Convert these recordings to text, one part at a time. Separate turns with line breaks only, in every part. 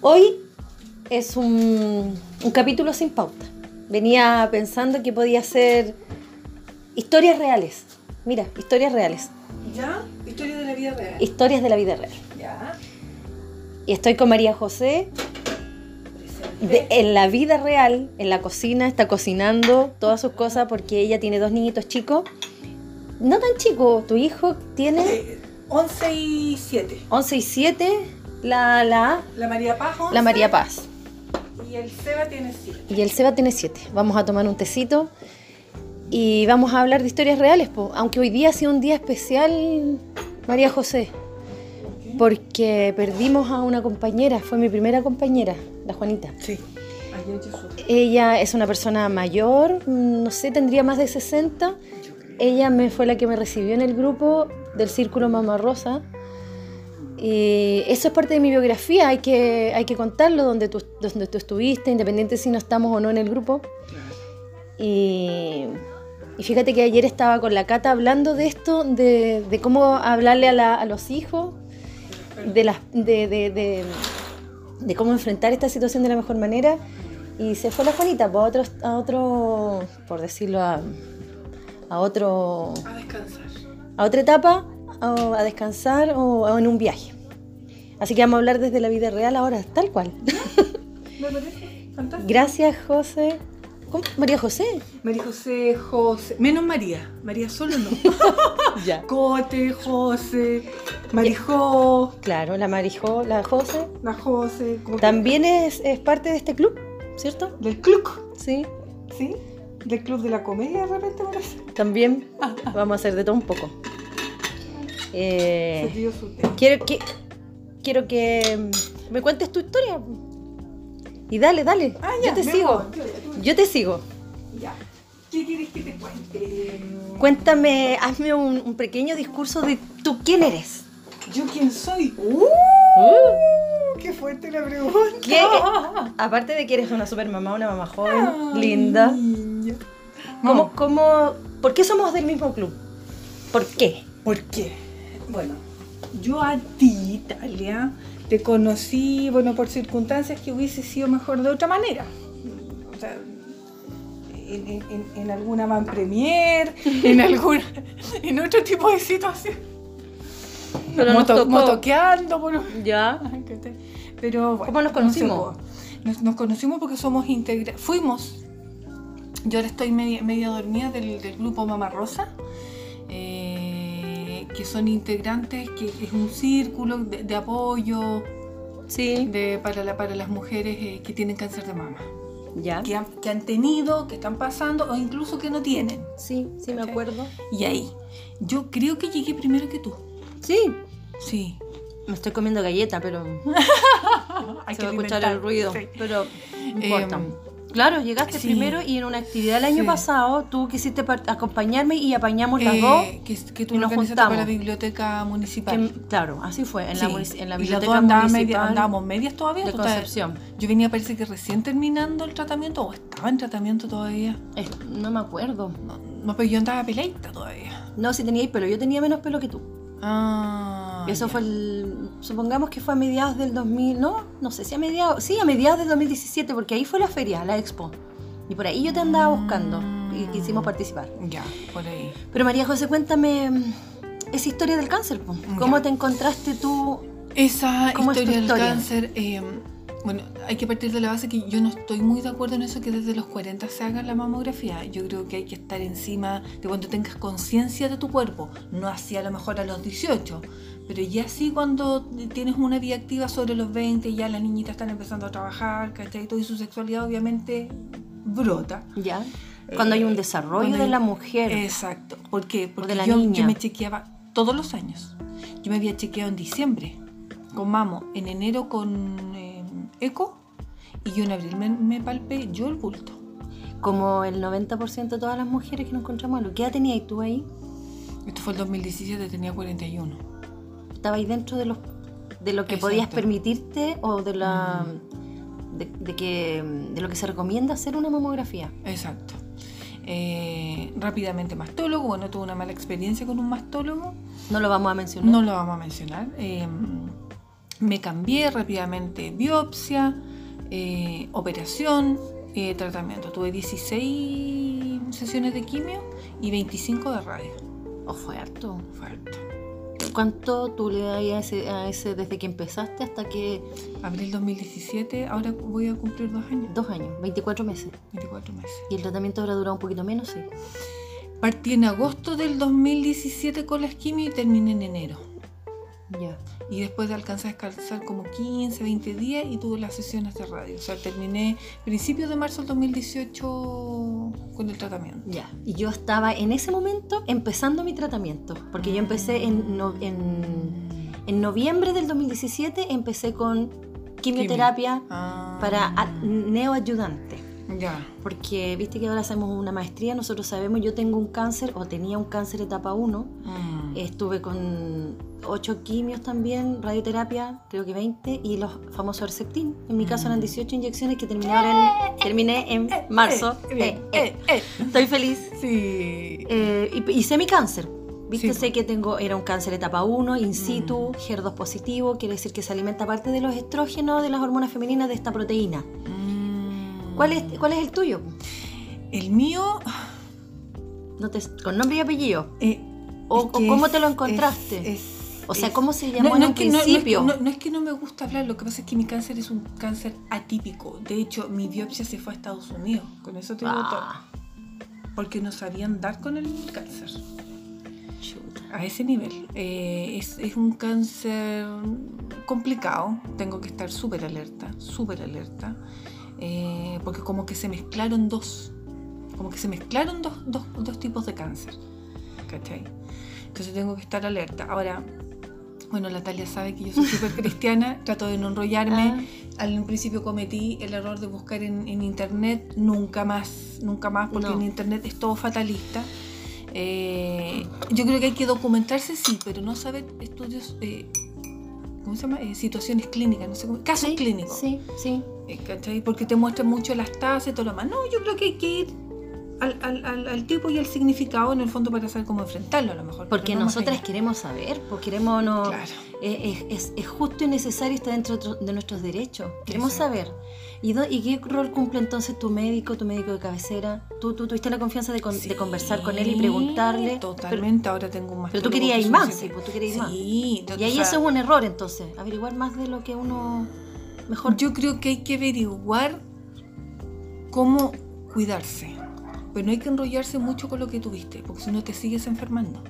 Hoy es un, un capítulo sin pauta. Venía pensando que podía ser historias reales. Mira, historias reales.
¿Ya? Historia de la vida real.
Historias de la vida real.
Ya.
Y estoy con María José. de- en la vida real, en la cocina, está cocinando todas sus cosas porque ella tiene dos niñitos chicos. No tan chicos, tu hijo tiene
Eh, 11 y 7.
11 y 7, la, la,
La María Paz 11.
la María Paz.
Y el Seba tiene 7.
Y el Seba tiene siete. Vamos a tomar un tecito y vamos a hablar de historias reales, po. aunque hoy día ha sido un día especial, María José, porque perdimos a una compañera, fue mi primera compañera, la Juanita.
Sí. Ayer yo supe.
Ella es una persona mayor, mm, no sé, tendría más de 60. Ella me fue la que me recibió en el grupo del Círculo Mamá Rosa. Y eso es parte de mi biografía, hay que, hay que contarlo donde tú, donde tú estuviste, independiente si no estamos o no en el grupo. Y, y fíjate que ayer estaba con la Cata hablando de esto, de, de cómo hablarle a, la- a los hijos, de, las, de, de- de- de cómo enfrentar esta situación de la mejor manera. Y se fue la Juanita po, a otro, a otro por decirlo, a, a otro
A descansar.
a otra etapa, o a descansar o, o en un viaje. Así que vamos a hablar desde la vida real ahora, tal cual.
¿Me parece? Fantástico.
Gracias, José. ¿Cómo? María José.
María José, José. Menos María. María solo no.
Ya.
Cote, José. Marijó.
Claro, la Marijo, la José.
La José. como que-
También es, es parte de este club, ¿cierto?
Del club.
Sí.
¿Sí? Del club de la comedia de repente parece.
También vamos a hacer de todo un poco. Eh,
Se dio su té.
quiero que quiero que mm, me cuentes tu historia. Y dale, dale.
Ah,
yo
ya,
te
me
sigo.
voy, yo- tú-
Yo te sigo.
Ya. ¿Qué quieres que te cuente?
Cuéntame, hazme un, un pequeño discurso de tú quién eres.
¿Yo quién soy? ¡Uh, ¡Qué fuerte la pregunta!
¿Qué? Aparte de que eres una super mamá, una mamá joven,
Ay,
linda.
niña.
¿Cómo, cómo, ¿Por qué somos del mismo club? ¿Por qué?
¿Por qué? Bueno, yo a ti, Italia, te conocí, bueno, por circunstancias que hubiese sido mejor de otra manera. O sea, en, en- en- en alguna van premier, en alguna, en otro tipo de situación.
Pero nos tocó.
Motoqueando, por un-
Ya.
¿Cachai? Pero bueno,
¿Cómo nos conocimos?
no sé, nos, nos conocimos porque somos integra fuimos. Yo ahora estoy media, media dormida del, del grupo Mamá Rosa, eh, que son integrantes, que es un círculo de, de apoyo
Sí.
de- para, la- para las mujeres eh, que tienen cáncer de mama,
Ya.
que han, que han tenido, que están pasando o incluso que no tienen.
Sí, sí, me
¿Cachai?
acuerdo.
Y ahí, yo creo que llegué primero que tú.
Sí.
Sí.
Me estoy comiendo galleta, pero
Hay
se va a
que
escuchar
alimentar.
el ruido.
Sí.
Pero no
Em,
importa. Claro, llegaste
sí.
primero y en una actividad del año
Sí.
pasado tú quisiste par- acompañarme y apañamos las
Eh,
dos.
Que, que tú
y
lo
nos
organizaste
juntamos.
para la biblioteca municipal.
Que- claro, así fue, en la,
Sí.
munici- en la
Y las
biblioteca
dos andábamos media-
municipal
andábamos medias todavía.
de
tú estabas-
Concepción.
yo venía, parece que recién terminando el tratamiento, o estaba en tratamiento todavía.
Es- no me acuerdo.
No, no, pero yo andaba peleita todavía.
No, si teníais pelo, yo tenía menos pelo que tú.
Ah,
Y eso
ya.
fue el... Supongamos que fue a mediados del 2000, no, no sé si a mediados, sí, a mediados del 2017, porque ahí fue la feria, la expo. Y por ahí yo te andaba buscando y quisimos participar.
Ya, por ahí.
Pero María José, cuéntame mm, esa historia del cáncer. po.
Ya.
¿Cómo te encontraste tú?
Esa
¿Cómo es tu
historia del
historia?
cáncer, eh, bueno, hay que partir de la base que yo no estoy muy de acuerdo en eso que desde los 40 se haga la mamografía. Yo creo que hay que estar encima de cuando tengas conciencia de tu cuerpo, no así a lo mejor a los 18, pero ya sí cuando tienes una vida activa sobre los 20, ya las niñitas están empezando a trabajar, ¿cachai? Todo y su sexualidad obviamente brota.
Ya. Cuando hay un
Eh,
desarrollo
cuando
de
hay-
la mujer.
Exacto. ¿Por qué? Porque
la
yo, yo
niña.
me chequeaba todos los años. Yo me había chequeado en diciembre con Mamo, en enero con eh, Eco y yo en abril me, me palpé yo el bulto.
Como el 90% de todas las mujeres que nos encontramos, ¿lo que edad tenías tú ahí?
Esto fue el 2017, tenía 41.
¿Estabas ahí dentro de, los, de lo que
Exacto. Mm.
podías permitirte o de la... De, de que, de lo que se recomienda hacer una mamografía.
Exacto. Eh, rápidamente mastólogo, bueno, tuve una mala experiencia con un mastólogo.
No lo vamos a mencionar.
No lo vamos a mencionar. eh, Me cambié rápidamente, biopsia, eh, operación, eh, tratamiento. Tuve 16 sesiones de quimio y 25 de radio.
¿O Oh, fue harto?
Fue harto.
¿Cuánto tú le das a ese, a ese desde que empezaste hasta que
Abril 2017, ahora voy a cumplir dos años,
dos años, 24 meses?
24 meses.
Y el tratamiento habrá durado un poquito menos, sí.
Partí en agosto del 2017 con la quimio y terminé en enero.
Ya.
Y después de alcanzar a descansar como 15, 20 días y tuve las sesiones de radio. O sea, terminé principios de marzo del 2018 con el tratamiento.
Ya. Y yo estaba en ese momento empezando mi tratamiento, porque yo empecé en, no- en, en noviembre del 2017, empecé con quimioterapia
Ah,
para a- neoayudante.
Ya.
Porque viste que ahora hacemos una maestría, nosotros sabemos, yo tengo un cáncer o tenía un cáncer etapa 1,
Mm.
Estuve con 8 quimios también, radioterapia, creo que 20, y los famosos Herceptin. En mi caso eran 18 inyecciones que terminaron en, terminé en marzo.
Mm. Eh, bien.
Eh, eh.
Eh,
Estoy feliz.
eh. Sí.
Eh, y, y sé mi cáncer. Viste,
Sí. Mm.
sé que tengo, era un cáncer etapa 1, in situ, HER2 positivo, quiere decir que se alimenta parte de los estrógenos, de las hormonas femeninas, de esta proteína.
Mm.
eh, ¿Cuál es, cuál es el tuyo?
El mío.
No te, con nombre y apellido.
eh,
O-
es
o
que
cómo te lo
es-
encontraste.
es-
O sea,
es-
¿cómo se llamó en un
es que- es que-
principio?
no- no es que no me gusta hablar, lo que pasa es que mi cáncer es un cáncer atípico. De hecho, mi biopsia se fue a Estados Unidos. Con eso te digo todo.
Ah,
Porque no sabían dar con el cáncer.
chuta.
A ese nivel. Eh, es, es un cáncer complicado. Tengo que estar súper alerta, súper alerta. Eh, porque como que se mezclaron dos. Como que se mezclaron dos, dos- dos tipos de cáncer. ¿Cachai? Entonces tengo que estar alerta. Ahora, bueno, Natalia sabe que yo soy súper cristiana. trato de no enrollarme.
Ah.
Al principio cometí el error de buscar en, en internet, nunca más, nunca más, porque
No.
en internet es todo fatalista. Eh, yo creo que hay que documentarse, sí, pero no saber estudios, eh, ¿cómo se llama? Eh, situaciones clínicas, no sé cómo, casos
Sí,
clínicos,
Sí, sí.
eh, ¿cachai? Porque te muestran mucho las tasas y todo lo más. No, yo creo que hay que ir al, al- al- al tipo y al significado en el fondo para saber cómo enfrentarlo a lo mejor.
Porque
pero no más
nosotras
allá.
queremos saber, pues queremos no.
Claro.
Es, es- es justo y necesario estar dentro de otro- de nuestros derechos. Queremos
Exacto.
saber. ¿Y, do- y qué rol cumple entonces tu médico, tu médico de cabecera? ¿Tú, tú tuviste la confianza de, con- de
Sí,
conversar con él y preguntarle? Pero,
Totalmente, ahora tengo un más.
pero tú querías ir más, sí, pues tú querías ir más.
Sí,
Y ahí
o sea,
eso es un error entonces, averiguar más de lo que uno mejor...
Yo creo que hay que averiguar cómo cuidarse. Pero no hay que enrollarse mucho con lo que tuviste, porque si no te sigues enfermando.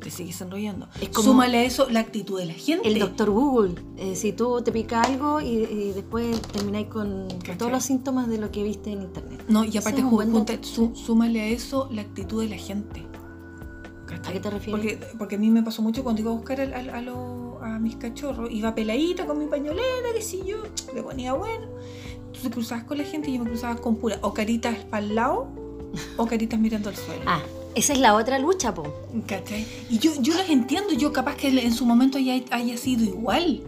Te sigues enrollando.
Es como-
Súmale a eso la actitud de la gente.
El doctor Google, eh, si tú te pica algo y, y después termináis con, con
¿Cachai?
todos los síntomas de lo que viste en internet.
No, y
Ese
aparte,
es un buen
junta-
dato.
su- súmale a eso la actitud de la gente. ¿Cachai?
¿A qué te refieres?
Porque, porque a mí me pasó mucho cuando iba a buscar al- al- a, lo- a mis cachorros, iba peladita con mi pañolera, qué sé yo, le ponía bueno. Tú te cruzabas con la gente y yo me cruzaba con pura, o caritas para el lado, o caritas mirando al suelo.
Ah, esa es la otra lucha, po.
¿Cachai? Y yo, yo las entiendo, yo capaz que en su momento haya, haya sido igual.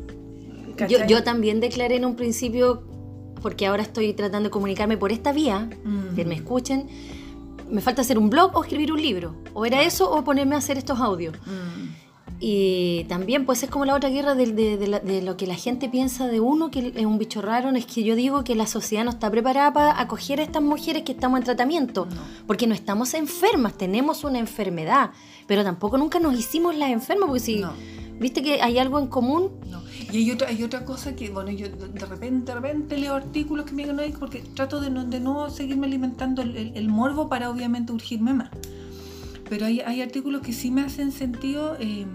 Yo,
¿cachai?
yo también declaré en un principio, porque ahora estoy tratando de comunicarme por esta vía,
Mm.
que me escuchen. Me falta hacer un blog o escribir un libro. O era eso o ponerme a hacer estos audios.
Mm.
Y también, pues es como la otra guerra del- de, de la- de lo que la gente piensa de uno, que es un bicho raro. Es que yo digo que la sociedad no está preparada para acoger a estas mujeres que estamos en tratamiento. Porque no estamos enfermas, tenemos una enfermedad. Pero tampoco nunca nos hicimos las enfermas, porque si.
Mm, No.
¿Viste que hay algo en común?
No. Y hay otra, hay otra cosa que, bueno, yo de de repente, de repente leo artículos que me llegan ahí porque trato de no, de no seguirme alimentando el, el- el morbo para obviamente urgirme más. Pero hay, hay artículos que sí me hacen sentido eh,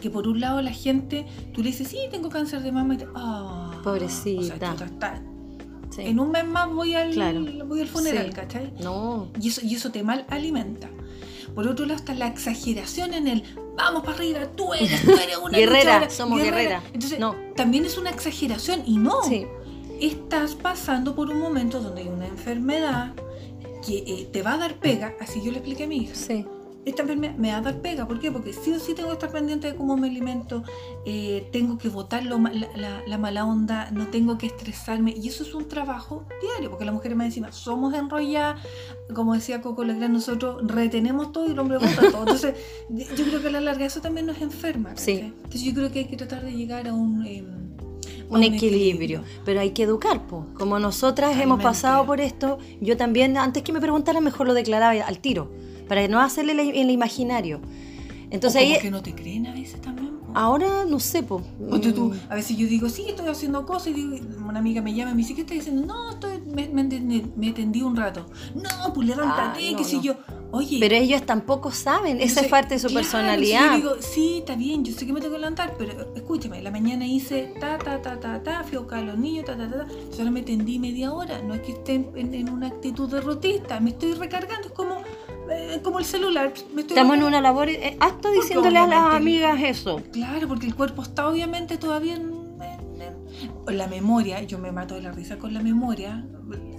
que por un lado la gente, tú le dices, sí, tengo cáncer de mama y te, "Ah".
Pobrecita.
O sea, chuta, está-
Sí.
En un mes más voy al,
Claro.
voy al funeral,
Sí.
¿cachai?
No.
Y eso, y eso te mal alimenta. Por otro lado está la exageración en el vamos para arriba, tú eres, tú eres una
Guerrera,
luchadora,
somos guerrera.
Entonces,
No.
también es una exageración y no.
Sí.
Estás pasando por un momento donde hay una enfermedad que eh, te va a dar pega, así yo le expliqué a mi hija.
Sí.
Y también me, me va a dar pega. ¿Por qué? Porque sí o sí tengo que estar pendiente de cómo me alimento, eh, tengo que botar lo ma- la, la- la mala onda, no tengo que estresarme. Y eso es un trabajo diario, porque las mujeres más encima somos enrolladas, como decía Coco Legrand, nosotros retenemos todo y el hombre bota todo. Entonces, yo yo creo que a la larga eso también nos enferma.
Sí.
¿cachai? Entonces, yo creo que hay que tratar de llegar a un. eh, a
un equilibrio. Pero hay que educar, po. como nosotras hemos
Totalmente.
pasado por esto, yo también, antes que me preguntaran, mejor lo declaraba al tiro, para no hacerle el, el imaginario. Entonces
O como
ahí,
que no te creen a veces también. po.
ahora no sé, po.
Ponte tú,
Mm,
a veces yo digo, sí, estoy haciendo cosas, y digo- una amiga me llama y me dice, ¿qué estás diciendo? No, estoy, me, me, enten- me tendí un rato. No, pues levántate,
Ah, no,
qué sé
no.
yo. Oye,
Pero ellos tampoco saben, esa
entonces,
es parte de su
claro,
personalidad.
entonces yo digo, sí, está bien, yo sé que me tengo que levantar, pero escúchame, la mañana hice ta, ta, ta, ta, ta, fui a buscar a los niños, ta, ta, ta, ta, solo me tendí media hora, no es que esté en, en- en una actitud derrotista, me estoy recargando, es como, eh, como el celular, me estoy
Estamos en una labor, eh, hasta diciéndole a las
obviamente-
amigas eso.
Claro, porque el cuerpo está obviamente todavía en, en- en- o La memoria, yo me mato de la risa con la memoria.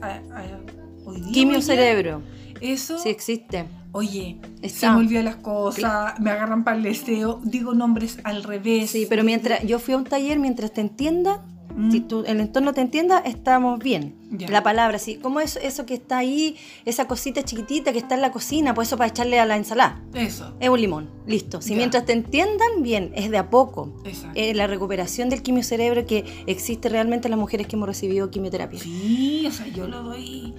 A- a- hoy día,
Quimio
hoy día,
cerebro,
Eso,
sí existe.
oye, se
Está.
me olvidan las cosas, me agarran para el deseo, digo nombres al revés.
Sí, pero mientras yo fui a un taller, mientras te entienda,
Mm.
si tú- el entorno te entienda, estamos bien.
Ya.
La palabra, sí. ¿Cómo es eso que está ahí, esa cosita chiquitita que está en la cocina, pues eso para echarle a la ensalada?
Eso,
Es un limón, listo. Si
Ya.
mientras te entiendan, bien, es de a poco.
exacto.
Eh, la recuperación del quimio cerebro que existe realmente en las mujeres que hemos recibido quimioterapia.
Sí, o sea, yo lo doy.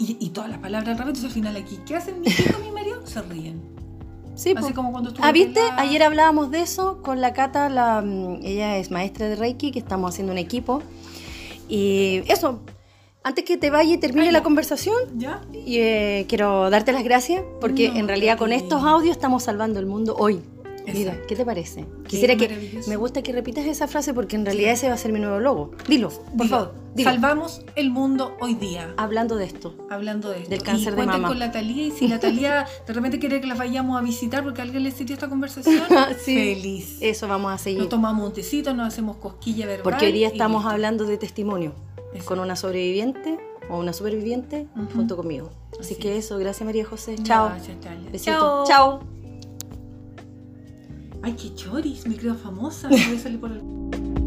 Y, y todas las palabras al revés, entonces al final aquí, ¿qué hacen mi hijo y mi marido? Se ríen.
Sí,
Así
po.
como cuando estuve
Ah, ¿viste?
pelada.
Ayer hablábamos de eso con la Cata, la, mm, ella es maestra de Reiki, que estamos haciendo un equipo. Y eso, antes que te vaya y termine
Ay,
la
ya.
conversación,
¿Ya?
Y, eh, quiero darte las gracias porque
No,
en realidad con
sí.
estos audios estamos salvando el mundo hoy. Mira,
Exacto.
¿qué te parece? Quisiera que
maravilloso.
me gusta que repitas esa frase porque en realidad ese va a ser mi nuevo logo. Dilo, por
Digo,
favor. Dilo.
Salvamos el mundo hoy día.
Hablando de esto.
hablando de esto.
Del cáncer
y
de
cuenten
mama.
con la Talía y si la Talía de repente quiere que las vayamos a visitar porque alguien le sirvió esta conversación,
Ah, Sí.
feliz.
Eso vamos a seguir.
Nos tomamos un tecito, nos hacemos cosquilla verbal.
Porque hoy día
y
estamos
listo.
hablando de testimonio
Exacto.
con una sobreviviente o una superviviente
Ujú.
junto conmigo. Así,
Así
que eso, gracias María José. Chao.
Gracias, Talia.
Besito. Chao.
Ay, qué choris, me creo famosa. Voy a salir por el-